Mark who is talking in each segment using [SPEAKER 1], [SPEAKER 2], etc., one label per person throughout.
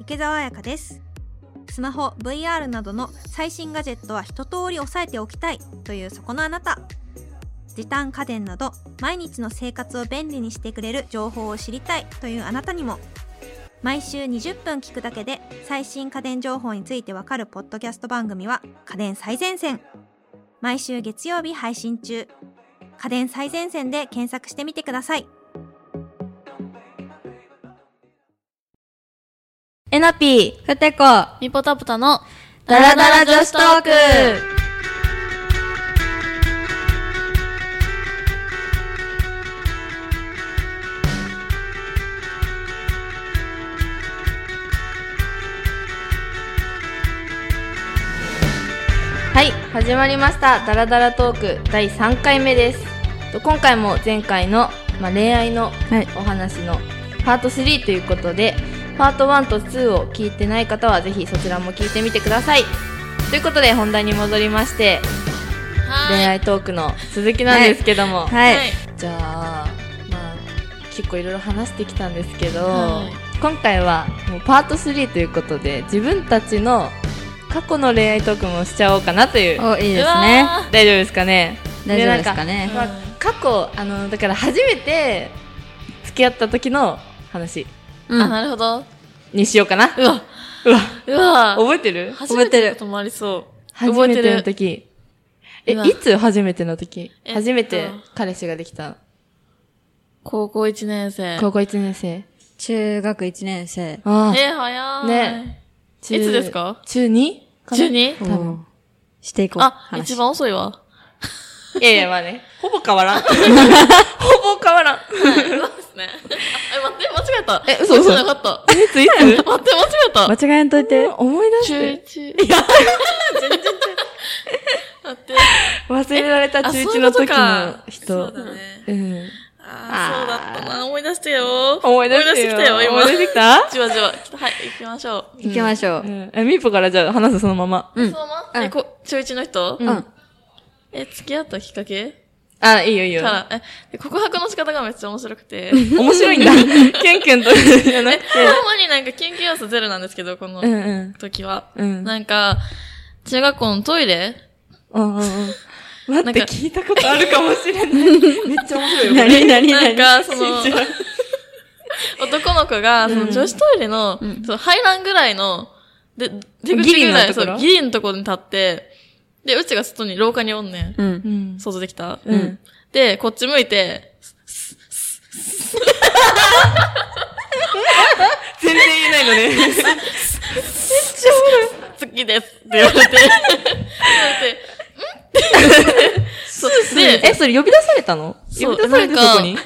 [SPEAKER 1] 池澤彩香ですスマホ VR などの最新ガジェットは一通り押さえておきたいというそこのあなた時短家電など毎日の生活を便利にしてくれる情報を知りたいというあなたにも毎週20分聞くだけで最新家電情報についてわかるポッドキャスト番組は家電最前線毎週月曜日配信中家電最前線で検索してみてくださいえなぴーふてこ
[SPEAKER 2] ミポタプタの
[SPEAKER 1] ダラダラ女子トーク
[SPEAKER 3] はい始まりましたダラダラトーク第3回目ですと今回も前回の、まあ、恋愛の
[SPEAKER 2] はい
[SPEAKER 3] お話のパート3ということで、パート1と2を聞いてない方はぜひそちらも聞いてみてくださいということで本題に戻りまして恋愛トークの続きなんですけども、
[SPEAKER 1] はい、
[SPEAKER 3] じゃあまあ結構いろいろ話してきたんですけど、
[SPEAKER 2] は
[SPEAKER 3] 今回はもうパート3ということで自分たちの過去の恋愛トークもしちゃおうかなという
[SPEAKER 4] おい
[SPEAKER 2] う
[SPEAKER 4] いですね
[SPEAKER 2] わ
[SPEAKER 3] 大丈夫ですかね
[SPEAKER 4] 大丈夫ですかね
[SPEAKER 3] でなんかまあ、過去あのだから初めて付き合った時の話
[SPEAKER 2] ーあなるほど
[SPEAKER 3] にしようかな
[SPEAKER 2] うわ
[SPEAKER 3] うわ
[SPEAKER 2] うわ
[SPEAKER 3] 覚えてる
[SPEAKER 2] 初めてのこともありそう
[SPEAKER 3] 初
[SPEAKER 2] 覚え
[SPEAKER 3] め
[SPEAKER 2] て
[SPEAKER 3] て
[SPEAKER 2] る
[SPEAKER 3] の時え
[SPEAKER 2] うわ
[SPEAKER 3] いつ初めての時
[SPEAKER 2] えっと
[SPEAKER 3] 初めて彼氏ができた
[SPEAKER 2] 高校1年生
[SPEAKER 3] 高校1年生
[SPEAKER 4] 中学1年生
[SPEAKER 3] ああ
[SPEAKER 2] え早い
[SPEAKER 3] ね中
[SPEAKER 2] いつですか
[SPEAKER 3] 中 2? かな
[SPEAKER 2] 12?
[SPEAKER 3] 多分
[SPEAKER 4] していこう
[SPEAKER 2] あ
[SPEAKER 4] 話
[SPEAKER 2] 一番遅いわ
[SPEAKER 3] いやいや、まあね。ほぼ変わ らん。ほぼ変わらん。
[SPEAKER 2] そうですね あえ待って間違えた
[SPEAKER 3] え嘘嘘
[SPEAKER 2] じゃなかった
[SPEAKER 3] いつい つ
[SPEAKER 2] 待って間違えた
[SPEAKER 4] 間違えんといて
[SPEAKER 3] 思い出
[SPEAKER 2] 中
[SPEAKER 3] して。
[SPEAKER 2] 1いや全然違う待って
[SPEAKER 3] 忘れられた中1の時の人。
[SPEAKER 2] ね
[SPEAKER 3] うん。
[SPEAKER 2] あーそうだ
[SPEAKER 3] あー
[SPEAKER 2] ったな思い出したよ
[SPEAKER 3] 思い出して
[SPEAKER 2] きたよ今
[SPEAKER 3] 思い出してき た
[SPEAKER 2] じわじわはい行きましょう
[SPEAKER 4] 行きましょ
[SPEAKER 3] う。
[SPEAKER 4] うん
[SPEAKER 3] え、ミーポからじゃあ話すそのまま。
[SPEAKER 4] うん
[SPEAKER 2] そのまま、え、
[SPEAKER 4] うん
[SPEAKER 2] こ、中一の人、
[SPEAKER 4] うん、
[SPEAKER 2] え、付き合ったきっかけ
[SPEAKER 3] あ、いいよいいよ
[SPEAKER 2] か。ら、え、で告白の仕方がめっちゃ面白くて。
[SPEAKER 3] 面白 いんだ。キュンキュンとじゃなくて。
[SPEAKER 2] ほんまになんか緊急要素ゼロなんですけど、この
[SPEAKER 3] うんうん。
[SPEAKER 2] 時は。
[SPEAKER 3] うん。
[SPEAKER 2] なんか、中学校のトイレ
[SPEAKER 3] うんうんうん。待って、
[SPEAKER 2] なんか
[SPEAKER 3] 聞いたことあるかもしれない。めっちゃ面白いよ。これ
[SPEAKER 4] 何何
[SPEAKER 2] なん
[SPEAKER 4] 何
[SPEAKER 2] か、その、
[SPEAKER 3] 信じられ
[SPEAKER 2] 男の子が、その女子トイレの、その入らんぐらいの、で、出口ぐらい、
[SPEAKER 3] ギリのところ
[SPEAKER 2] そう、ギリのところに立って、で、うちが外に、廊下におんねん。
[SPEAKER 4] うん
[SPEAKER 3] うん。
[SPEAKER 2] 想像できた
[SPEAKER 3] うんん。
[SPEAKER 2] で、こっち向いて、
[SPEAKER 3] 全然言えないのね。
[SPEAKER 2] 好きですって言われて、言われて、ん って。そうで、
[SPEAKER 3] え、それ呼び出されたの
[SPEAKER 2] そ
[SPEAKER 3] 呼
[SPEAKER 2] う
[SPEAKER 3] び出されて
[SPEAKER 2] なんか
[SPEAKER 3] そこに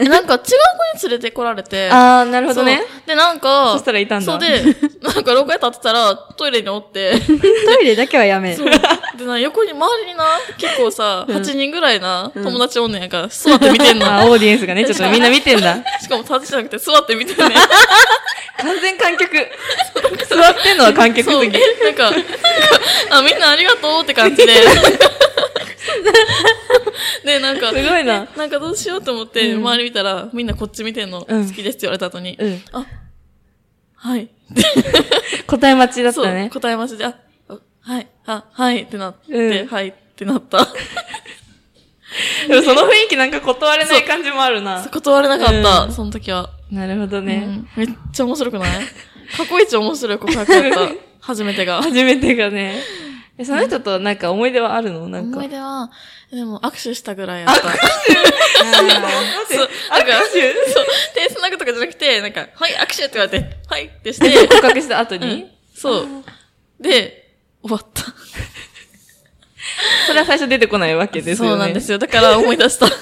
[SPEAKER 2] えなんか違う子に連れてこられて、
[SPEAKER 3] あー、なるほ
[SPEAKER 2] そ
[SPEAKER 3] ど
[SPEAKER 2] う
[SPEAKER 3] ね。
[SPEAKER 2] で、なんか、
[SPEAKER 3] そしたらいたんだ
[SPEAKER 2] そうで、なんか廊下に立ってたら、トイレにおって、
[SPEAKER 4] トイレだけはやめ
[SPEAKER 2] そうでな、横に周りにな、結構さ、8人ぐらいな、友達おんねんやから、座 って見てんの。
[SPEAKER 3] あ、オーディエンスがね、ちょっとみんな見てんだ。
[SPEAKER 2] しかも立ちじゃなくて座って見てんねん。
[SPEAKER 3] 完全観客。座ってんのは観客
[SPEAKER 2] そう、え
[SPEAKER 3] 席。
[SPEAKER 2] なんか、なんかあ、みんなありがとうっ て感じで。で、なんか、
[SPEAKER 3] すごいな
[SPEAKER 2] えなんかどうしようと思って、
[SPEAKER 3] うん
[SPEAKER 2] 周り見たら、みんなこっち見てんの、
[SPEAKER 3] うん
[SPEAKER 2] 好きですって言われた後に、
[SPEAKER 3] うん。
[SPEAKER 2] はい。
[SPEAKER 3] 答え待ちだっ
[SPEAKER 2] そう
[SPEAKER 3] た、ね。
[SPEAKER 2] 答えまして、あ、あはい、あ、はいってなって、
[SPEAKER 3] うん
[SPEAKER 2] はいってなった。
[SPEAKER 3] でもその雰囲気なんか断れない感じもあるな。
[SPEAKER 2] 断れなかった、
[SPEAKER 3] うん
[SPEAKER 2] その時は、
[SPEAKER 3] なるほど
[SPEAKER 2] う
[SPEAKER 3] ね。
[SPEAKER 2] んめっちゃ面白くない過去一面白い告 白だった。初めてが。
[SPEAKER 3] 初めてがね。えその人となんか思い出はあるのなんか。
[SPEAKER 2] 思
[SPEAKER 3] 握
[SPEAKER 2] い出は、でも握手したぐらいやった。そう、なんか、 そう、
[SPEAKER 3] 手
[SPEAKER 2] 手繋ぐとかじゃなくて、なんか、はい、握手って言われて、はいっ てして、
[SPEAKER 3] 告白した後に
[SPEAKER 2] そう。で、終わった。
[SPEAKER 3] それは最初出てこないわけですよね。
[SPEAKER 2] そうなんですよ。だから思 い出した。
[SPEAKER 4] 確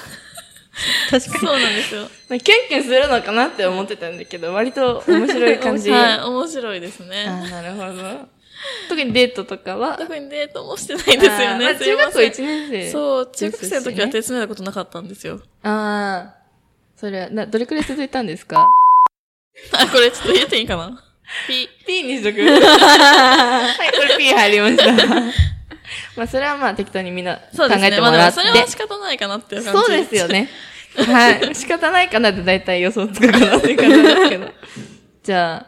[SPEAKER 4] かに
[SPEAKER 2] そうなんですよ。
[SPEAKER 3] なんかキュンキュンするのかなって思ってたんだけど、割と面白い感じ。
[SPEAKER 2] はい、
[SPEAKER 3] あ
[SPEAKER 2] 面白いです
[SPEAKER 3] ー
[SPEAKER 2] ね。
[SPEAKER 3] なるほど。特にデートとかは。
[SPEAKER 2] 特にデートもしてないんですよ
[SPEAKER 3] あ
[SPEAKER 2] ね。
[SPEAKER 3] ー
[SPEAKER 2] すい
[SPEAKER 3] 中
[SPEAKER 2] ま
[SPEAKER 3] 学校
[SPEAKER 2] せん
[SPEAKER 3] 1年生。
[SPEAKER 2] そう、中学生の時は
[SPEAKER 3] です
[SPEAKER 2] 手繋いだことなかったんで すよ。
[SPEAKER 3] よねああ。それは、な、どれくらい続いたんですか
[SPEAKER 2] あ、これちょっと入れていいかな ?P。
[SPEAKER 3] P にしとく。はい、これ P 入りました。 まあ、それはまあ適当にみんな考
[SPEAKER 2] そうです
[SPEAKER 3] え
[SPEAKER 2] ね。
[SPEAKER 3] て
[SPEAKER 2] ま
[SPEAKER 3] も
[SPEAKER 2] あで
[SPEAKER 3] ら
[SPEAKER 2] も
[SPEAKER 3] って。
[SPEAKER 2] それは仕方ないかなっていう感じ。
[SPEAKER 3] そうですよ。ね。 はい。仕方ないかなって大体予想つくかなっていう感じですけど。じゃあ、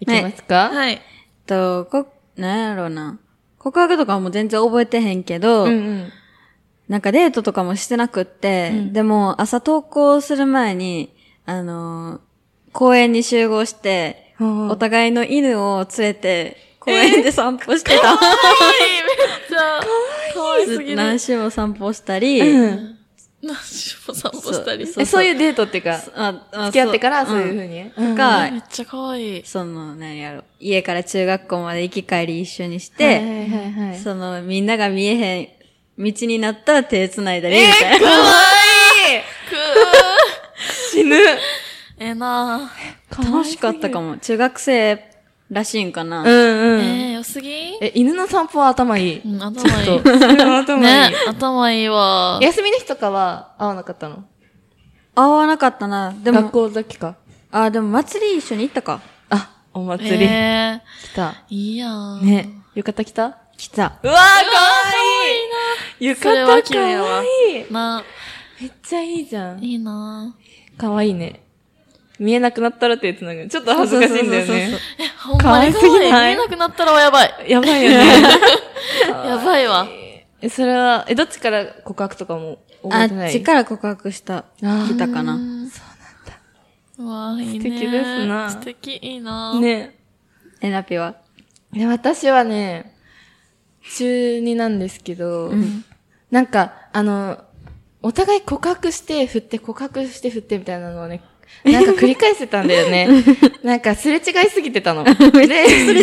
[SPEAKER 3] いきますか、
[SPEAKER 2] はい。
[SPEAKER 4] と、こ、なんやろうな。告白とかはもう全然覚えてへんけど、
[SPEAKER 3] うんうん。
[SPEAKER 4] なんかデートとかもしてなくって、
[SPEAKER 3] うん
[SPEAKER 4] でも朝登校する前に、あのー公園に集合して、
[SPEAKER 3] うん
[SPEAKER 4] お互いの犬を連れて、公園で散歩してた。
[SPEAKER 2] めっちゃ、可愛すぎる。
[SPEAKER 4] 何
[SPEAKER 2] 何
[SPEAKER 4] 週も散歩したり、
[SPEAKER 3] うん
[SPEAKER 2] しも散歩したり。
[SPEAKER 4] そう
[SPEAKER 3] え、そういうデートっていうか、
[SPEAKER 4] ああ
[SPEAKER 3] 付き合ってからそういう
[SPEAKER 4] う
[SPEAKER 3] ふ
[SPEAKER 4] ん
[SPEAKER 3] うに。
[SPEAKER 4] とか、
[SPEAKER 2] めっちゃ可愛い。
[SPEAKER 4] その、何やろ、家から中学校まで行き帰り一緒にし
[SPEAKER 3] で、
[SPEAKER 4] て、
[SPEAKER 3] いはいは
[SPEAKER 4] その、みんなが見えへん道になったら手繋いだり、みたい
[SPEAKER 2] 可
[SPEAKER 4] な。
[SPEAKER 2] 愛いくー
[SPEAKER 3] 死ぬ。
[SPEAKER 2] ええな
[SPEAKER 4] 楽しかったかも。中学生らしいんか
[SPEAKER 3] う
[SPEAKER 4] な。
[SPEAKER 3] んう
[SPEAKER 2] ぁ。
[SPEAKER 3] ん。
[SPEAKER 2] えー、良すぎ
[SPEAKER 3] え、犬の散歩は頭いい。
[SPEAKER 2] うん、頭いい。
[SPEAKER 3] 頭
[SPEAKER 2] ね、頭いいわ。
[SPEAKER 3] 休みの日とかは会わなかったの
[SPEAKER 4] 合わなかったな。で
[SPEAKER 3] 学
[SPEAKER 4] も、
[SPEAKER 3] 校だけか。
[SPEAKER 4] あ、でも祭り一緒に行ったか。
[SPEAKER 3] あ、お祭り。来
[SPEAKER 2] え
[SPEAKER 3] た。
[SPEAKER 2] ー、いいやん。
[SPEAKER 3] ね。浴衣着た
[SPEAKER 4] 来た。
[SPEAKER 3] うわー、かわいい浴
[SPEAKER 2] それは
[SPEAKER 3] 衣
[SPEAKER 2] 綺
[SPEAKER 3] かわ
[SPEAKER 2] 麗だわ
[SPEAKER 3] いい
[SPEAKER 2] な、
[SPEAKER 3] めっちゃいいじゃん。
[SPEAKER 2] いい な
[SPEAKER 3] かわいいね。見えなくなったら手つなぐ。ちょっと恥ずかしいんだよ
[SPEAKER 4] そうそうそ
[SPEAKER 3] ね
[SPEAKER 4] う。
[SPEAKER 2] え、ほんまに
[SPEAKER 3] 可
[SPEAKER 2] 可
[SPEAKER 3] 愛す
[SPEAKER 2] 愛
[SPEAKER 3] ぎ
[SPEAKER 2] い。
[SPEAKER 3] ない
[SPEAKER 2] 見えなくなったらはやばい。
[SPEAKER 3] やばいよね。
[SPEAKER 2] やばいわ。
[SPEAKER 3] え、それは、え、どっちから告白とかも覚
[SPEAKER 4] あ
[SPEAKER 3] え
[SPEAKER 4] って
[SPEAKER 3] ない
[SPEAKER 4] ちから告白した。
[SPEAKER 3] あー
[SPEAKER 4] 来たかな。
[SPEAKER 2] うわいいね。
[SPEAKER 3] 素敵ですな
[SPEAKER 2] 素敵、いいな
[SPEAKER 3] ね。
[SPEAKER 4] えなぴは。
[SPEAKER 3] で私はね、中2なんですけど、なんか、あの、お互い告白して振って告白して振ってみたいなのをね、なんか繰り返してたんだよね。なんかすれ違いすぎてたの。めっちゃす
[SPEAKER 4] れ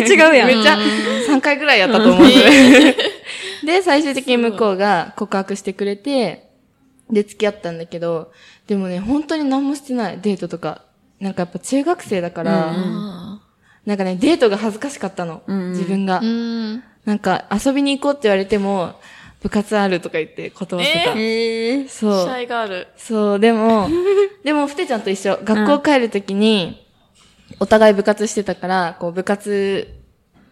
[SPEAKER 4] 違うやん
[SPEAKER 3] めっちゃ3回ぐらいやったと思う。それで、最終的に向こうが告白してくれて、で、付き合ったんだけど、でもね、本当に何もしてない、デートとか。なんかやっぱ中学生だから、
[SPEAKER 2] うん。
[SPEAKER 3] なんかね、デートが恥ずかしかったの。
[SPEAKER 4] うんうん
[SPEAKER 3] 自分が。
[SPEAKER 2] うん。
[SPEAKER 3] なんか、遊びに行こうって言われても、部活あるとか言って断ってた。
[SPEAKER 4] ええ
[SPEAKER 2] シ
[SPEAKER 3] そう。
[SPEAKER 2] ャイガール。
[SPEAKER 3] そう、でも、でも、ふてちゃんと一緒。学校帰るときに、お互い部活してたから、こう、部活、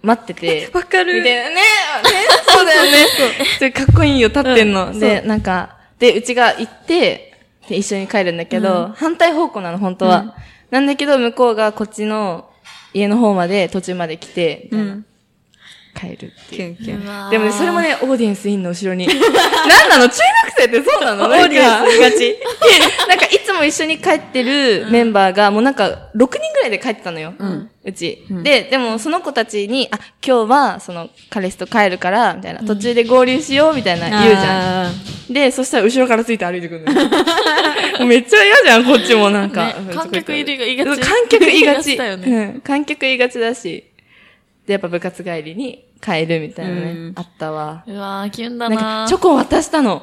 [SPEAKER 3] 待ってて。
[SPEAKER 4] わ
[SPEAKER 3] みたいな。
[SPEAKER 4] か
[SPEAKER 3] ねねそうだよね。それかっこいいよ、立ってんの。
[SPEAKER 4] うん
[SPEAKER 3] で、なんか、で、うちが行って、で、一緒に帰るんだけど、反対方向なの、本当は。なんだけど、向こうがこっちの家の方まで、途中まで来て、みたいな。
[SPEAKER 4] うん
[SPEAKER 3] 帰るって
[SPEAKER 4] キ
[SPEAKER 3] いう。
[SPEAKER 4] ュンキュン。
[SPEAKER 2] で
[SPEAKER 3] でもね、それもね、オーディエンスいんの、後ろに。 なんなの中学生ってそうなの
[SPEAKER 4] オーディエン
[SPEAKER 3] スがち。 なんか、いつも一緒に帰ってるメンバーが、もうなんか、6人ぐらいで帰ってたのよ。うんち、
[SPEAKER 4] うん
[SPEAKER 3] で、でも、その子たちに、あ、今日は、その、彼氏と帰るから、みたいな、途中で合流しよう、みたいな、言うじゃん。
[SPEAKER 4] ゃん。
[SPEAKER 3] で、そしたら、後ろからついて歩いてくるのよ。 もうめっちゃ嫌じゃん、こっちも、なんか。
[SPEAKER 2] ね観客いるいがち
[SPEAKER 3] 観客いがち。
[SPEAKER 2] いがちだよね
[SPEAKER 3] うん観客いがちだし。で、やっぱ部活帰りに帰るみたいなね、
[SPEAKER 4] うん
[SPEAKER 3] あったわ。
[SPEAKER 2] うわー、キュンだ
[SPEAKER 3] なん
[SPEAKER 2] な
[SPEAKER 3] か、チョコを渡したの。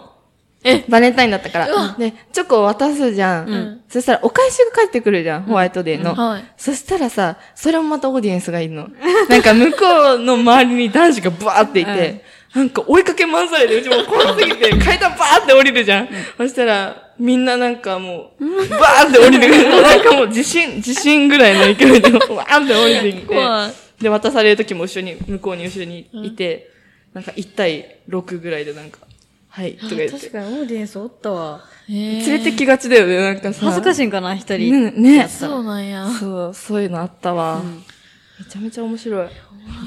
[SPEAKER 2] え
[SPEAKER 3] バレンタインだったか
[SPEAKER 2] う
[SPEAKER 3] ら
[SPEAKER 2] わ。
[SPEAKER 3] で、チョコを渡すじゃん。
[SPEAKER 2] ん
[SPEAKER 3] そしたら、お返しが返ってくるじゃん、ホワイトデーの。
[SPEAKER 2] はい。
[SPEAKER 3] そしたらさ、それもまたオーディエンスがいるの。なんか、向こうの周りに男子がバーっていて、なんか追いかけ回されて、うちもう怖すぎて、階段バーって降りるじゃん。そしたら、みんななんかもう、バーって降りてくる。なんかもう、地震、地震ぐらいの勢いで、バーって降りてきて。
[SPEAKER 2] 怖い。
[SPEAKER 3] で、渡される時も一緒に、向こうに後ろにいて、なんか1対6ぐらいでなんか、はい、とか言って。
[SPEAKER 4] かにオーディエンスおったわ。
[SPEAKER 2] 連
[SPEAKER 3] 連れてきがちだよね、なんかさ。
[SPEAKER 4] 恥ずか
[SPEAKER 3] し
[SPEAKER 4] しいんかな、一
[SPEAKER 3] い。
[SPEAKER 4] 人。
[SPEAKER 3] ね。ね
[SPEAKER 2] そうなんや。
[SPEAKER 3] そう、そういうのあったわ。めちゃめちゃ面白い。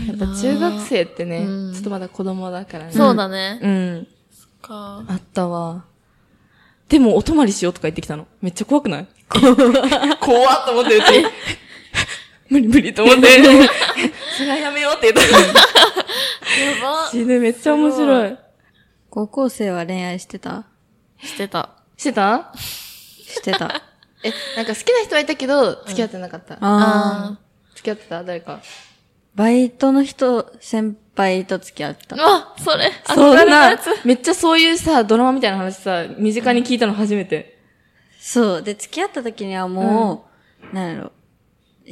[SPEAKER 3] やっぱ中学生ってね、
[SPEAKER 2] うん
[SPEAKER 3] ちょっとまだ子供だからね。
[SPEAKER 2] そうだね。
[SPEAKER 3] うん。
[SPEAKER 2] か
[SPEAKER 3] あったわ。でも、お泊まりしようとか言ってきたの。めっちゃ 怖くない怖っと思ってうち。無理無理と思って。 それはやめようって言った。
[SPEAKER 2] やば。
[SPEAKER 3] 死ぬ、めっちゃ面白い。
[SPEAKER 4] 高校生は恋愛してた
[SPEAKER 2] してた。
[SPEAKER 3] してた
[SPEAKER 4] して た。
[SPEAKER 3] え、なんか好きな人はいたけど、付き合ってなかった。
[SPEAKER 4] ああ。
[SPEAKER 3] 付き合ってた誰か。
[SPEAKER 4] バイトの人、先輩と付き合った
[SPEAKER 2] う。わ、それ。
[SPEAKER 3] そん
[SPEAKER 2] 憧れのや
[SPEAKER 3] な
[SPEAKER 2] つ、
[SPEAKER 3] めっちゃそういうさ、ドラマみたいな話さ、身近に聞いたの初めて。
[SPEAKER 4] そう。で、付き合った時にはもう、なんやろ。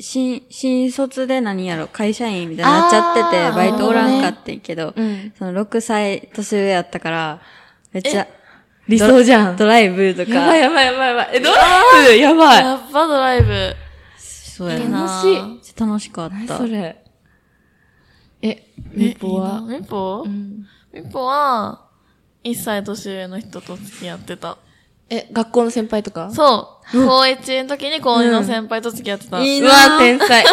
[SPEAKER 4] 新、新卒で何やろ、会社員みたいになっちゃって
[SPEAKER 3] あ
[SPEAKER 4] て、
[SPEAKER 3] ー
[SPEAKER 4] バイトおらんかってんけど、
[SPEAKER 3] うん。
[SPEAKER 4] その6歳年上やったから、めっちゃ、
[SPEAKER 3] 理想じゃん。
[SPEAKER 4] ドライブと
[SPEAKER 3] やばい
[SPEAKER 4] か、
[SPEAKER 3] やばいやばいやばい。え、ドライブやばい。
[SPEAKER 2] やっぱドライブ。
[SPEAKER 4] そうや
[SPEAKER 2] いい
[SPEAKER 4] な。
[SPEAKER 2] な
[SPEAKER 3] 楽し
[SPEAKER 4] めっちゃ楽しかった。
[SPEAKER 3] それ。え、みぽは。
[SPEAKER 2] みぽ
[SPEAKER 3] うん
[SPEAKER 2] みぽは、1歳年上の人と付き合ってた。
[SPEAKER 3] え、学校の先輩とか
[SPEAKER 2] そう。高1の時に高2の先輩と付き合ってた。
[SPEAKER 4] い い
[SPEAKER 3] うん
[SPEAKER 4] な
[SPEAKER 3] わ、天才。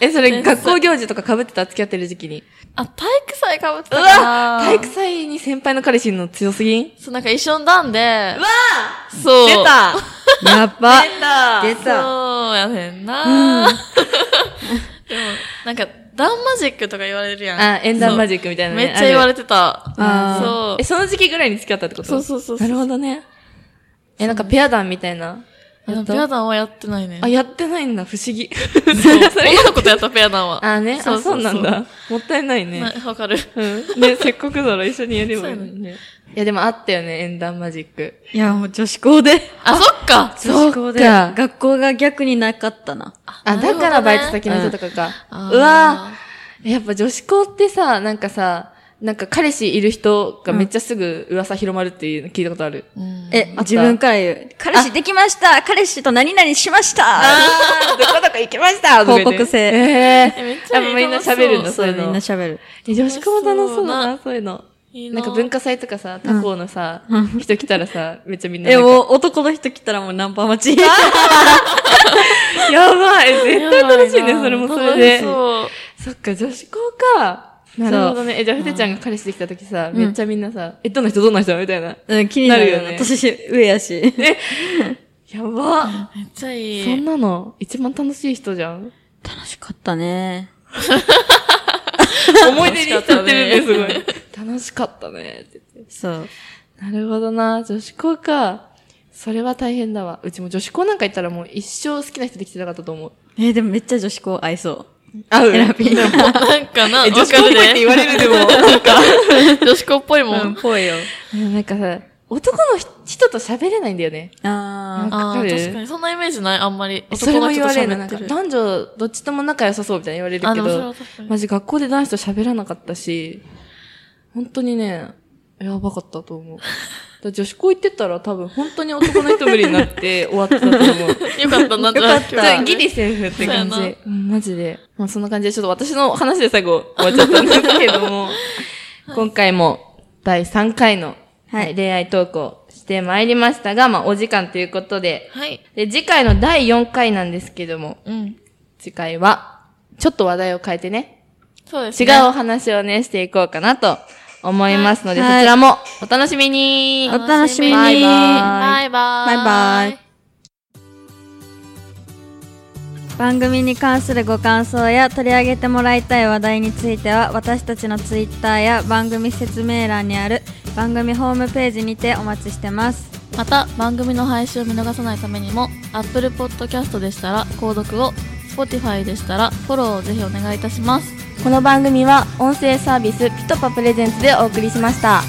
[SPEAKER 3] え、それ学校行事とか被ってた付き合ってる時期に。
[SPEAKER 2] あ、体育祭かぶってたから。
[SPEAKER 3] 体育祭に先輩の彼氏の強すぎん
[SPEAKER 2] そう、なんか一緒の段で。
[SPEAKER 3] わ
[SPEAKER 2] そう。
[SPEAKER 3] 出た
[SPEAKER 4] やっば。
[SPEAKER 3] た
[SPEAKER 4] 出た。
[SPEAKER 2] そうやねんな。 でも、なんか、ダンマジックとか言われるやん。
[SPEAKER 3] あ、縁談マジックみたいな
[SPEAKER 2] め
[SPEAKER 3] ね。
[SPEAKER 2] っちゃ言わ
[SPEAKER 3] れ
[SPEAKER 2] れてた。
[SPEAKER 4] あー
[SPEAKER 2] そう
[SPEAKER 3] え、。その時期ぐらいに付き合ったってこと
[SPEAKER 2] そうそうそうそ
[SPEAKER 3] な
[SPEAKER 2] う
[SPEAKER 3] るほどね。え、なんかペア団みたいな。
[SPEAKER 2] あでもペア団はやってないね。
[SPEAKER 3] あ、やってないんだ、不思議。
[SPEAKER 2] 女の子とやったペア団は。
[SPEAKER 3] あね、
[SPEAKER 2] そう
[SPEAKER 3] あ、
[SPEAKER 2] そう
[SPEAKER 3] そ
[SPEAKER 2] そう
[SPEAKER 3] うなんだ。もったいないね。
[SPEAKER 2] なわかる。
[SPEAKER 3] うん。ね、せっかくなら一緒にやればいいの
[SPEAKER 2] そ
[SPEAKER 3] にね。いや、でもあったよね、縁談マジック。
[SPEAKER 4] いや、もう女子校で。
[SPEAKER 2] あ、そっか
[SPEAKER 4] 女子校で。
[SPEAKER 3] そっか
[SPEAKER 4] 学校が逆になかったな。
[SPEAKER 3] あ、
[SPEAKER 2] なる
[SPEAKER 3] だ
[SPEAKER 2] ほどね
[SPEAKER 3] からバイト先の人とかか。
[SPEAKER 2] あー
[SPEAKER 3] うわぁやっぱ女子校ってさ、なんかさ、なんか彼氏いる人がめっちゃすぐ噂広まるっていうの聞いたことある。
[SPEAKER 2] うん
[SPEAKER 4] え、
[SPEAKER 3] た
[SPEAKER 4] 自分から言う。彼氏できました彼氏と何々しました
[SPEAKER 3] あー、どこどこ行きました
[SPEAKER 4] 報告制
[SPEAKER 3] ええ
[SPEAKER 2] えめっち
[SPEAKER 3] や
[SPEAKER 2] ゃ
[SPEAKER 3] っぱみんな喋るんだ、
[SPEAKER 4] そ
[SPEAKER 3] そううい
[SPEAKER 4] み
[SPEAKER 3] うんの。
[SPEAKER 4] な喋る。
[SPEAKER 3] え女子校も楽しそうだな、そういうの。
[SPEAKER 2] いい
[SPEAKER 3] なんか文化祭とかさ、他校のさ、人来たらさ、めっちゃみんな
[SPEAKER 4] え、
[SPEAKER 3] なんか。
[SPEAKER 4] もう男の人来たらもうナンパ待ち。
[SPEAKER 3] やばい、絶対楽しいね、
[SPEAKER 2] やばな
[SPEAKER 3] それもそれで。
[SPEAKER 2] そう。
[SPEAKER 3] そっか、女子校か。なるほどね。え、じゃあ、ふてちゃんが彼氏できた時さ、めっちゃみんなさ、え、どんな人どんな人みたいな。
[SPEAKER 4] うん、気になるよ
[SPEAKER 3] なるよね
[SPEAKER 4] ね。年上やし。
[SPEAKER 3] やば。
[SPEAKER 2] めっちゃいい。
[SPEAKER 3] そんなの、一番楽しい人じゃん。
[SPEAKER 4] 楽しかったね。
[SPEAKER 3] 思い出に浸ってるんですごい。 楽しかったね。って言っ
[SPEAKER 4] そう。
[SPEAKER 3] てなるほどな。女子校か。それは大変だわ。うちも女子校なんか行ったらもう一生好きな人できてなかったと思う。
[SPEAKER 4] えーでもめっちゃ女子校愛そう。
[SPEAKER 3] 合う
[SPEAKER 4] エラピー。
[SPEAKER 2] なんかな、
[SPEAKER 3] え女
[SPEAKER 2] わ
[SPEAKER 3] 子
[SPEAKER 2] か
[SPEAKER 3] 校っぽ
[SPEAKER 2] る
[SPEAKER 3] いって言
[SPEAKER 2] ね。
[SPEAKER 3] われるで も。
[SPEAKER 2] 女子校っぽいも
[SPEAKER 4] うんん、。ぽいよ。
[SPEAKER 3] なんかさ、男の人と喋れないんだよね。
[SPEAKER 4] あー。
[SPEAKER 2] あ
[SPEAKER 3] わか
[SPEAKER 2] あ、
[SPEAKER 3] る
[SPEAKER 2] 確かに。そんなイメージないあんまり。
[SPEAKER 3] それも言われるのなんか
[SPEAKER 2] る
[SPEAKER 3] 男女どっちとも仲良さそうみたいに言われる
[SPEAKER 2] あ、
[SPEAKER 3] け
[SPEAKER 2] でもそれ
[SPEAKER 3] ど
[SPEAKER 2] は、確か
[SPEAKER 3] マ
[SPEAKER 2] に。
[SPEAKER 3] ジ学校で男子と喋らなかったし、本当にね、やばかったと 思う。だから女子校行ってたら多分本当に男の人無理になって 終わってたと思う。
[SPEAKER 2] よかったな、
[SPEAKER 4] よかった
[SPEAKER 2] じゃあ
[SPEAKER 3] ギリセーフって感
[SPEAKER 2] そうや
[SPEAKER 3] じ。うんマジで。まあそんな感じで、ちょっと私の話で最後終わっちゃったんですけど も、今回も第3回の、
[SPEAKER 4] はい
[SPEAKER 3] はい恋愛トークをしてまいりましたが、まあお時間ということで、
[SPEAKER 2] はい。
[SPEAKER 3] で、次回の第4回なんですけども、
[SPEAKER 2] うん。
[SPEAKER 3] 次回は、ちょっと話題を変えてね、
[SPEAKER 2] そうです
[SPEAKER 3] 違
[SPEAKER 2] ね。
[SPEAKER 3] うお話をね、していこうかなと思いますので、
[SPEAKER 4] はい
[SPEAKER 3] そちらもお楽しみに
[SPEAKER 4] お楽しみに。
[SPEAKER 3] バイバーイ
[SPEAKER 2] バイバイ。
[SPEAKER 4] バイバイ番組に関するご感想や取り上げてもらいたい話題については私たちのツイッターや番組説明欄にある番組ホームページにてお待ちしてます
[SPEAKER 2] また番組の配信を見逃さないためにも Apple Podcast でしたら購読を Spotify でしたらフォローをぜひお願いいたします
[SPEAKER 3] この番組は音声サービスピトパプレゼンツでお送りしました。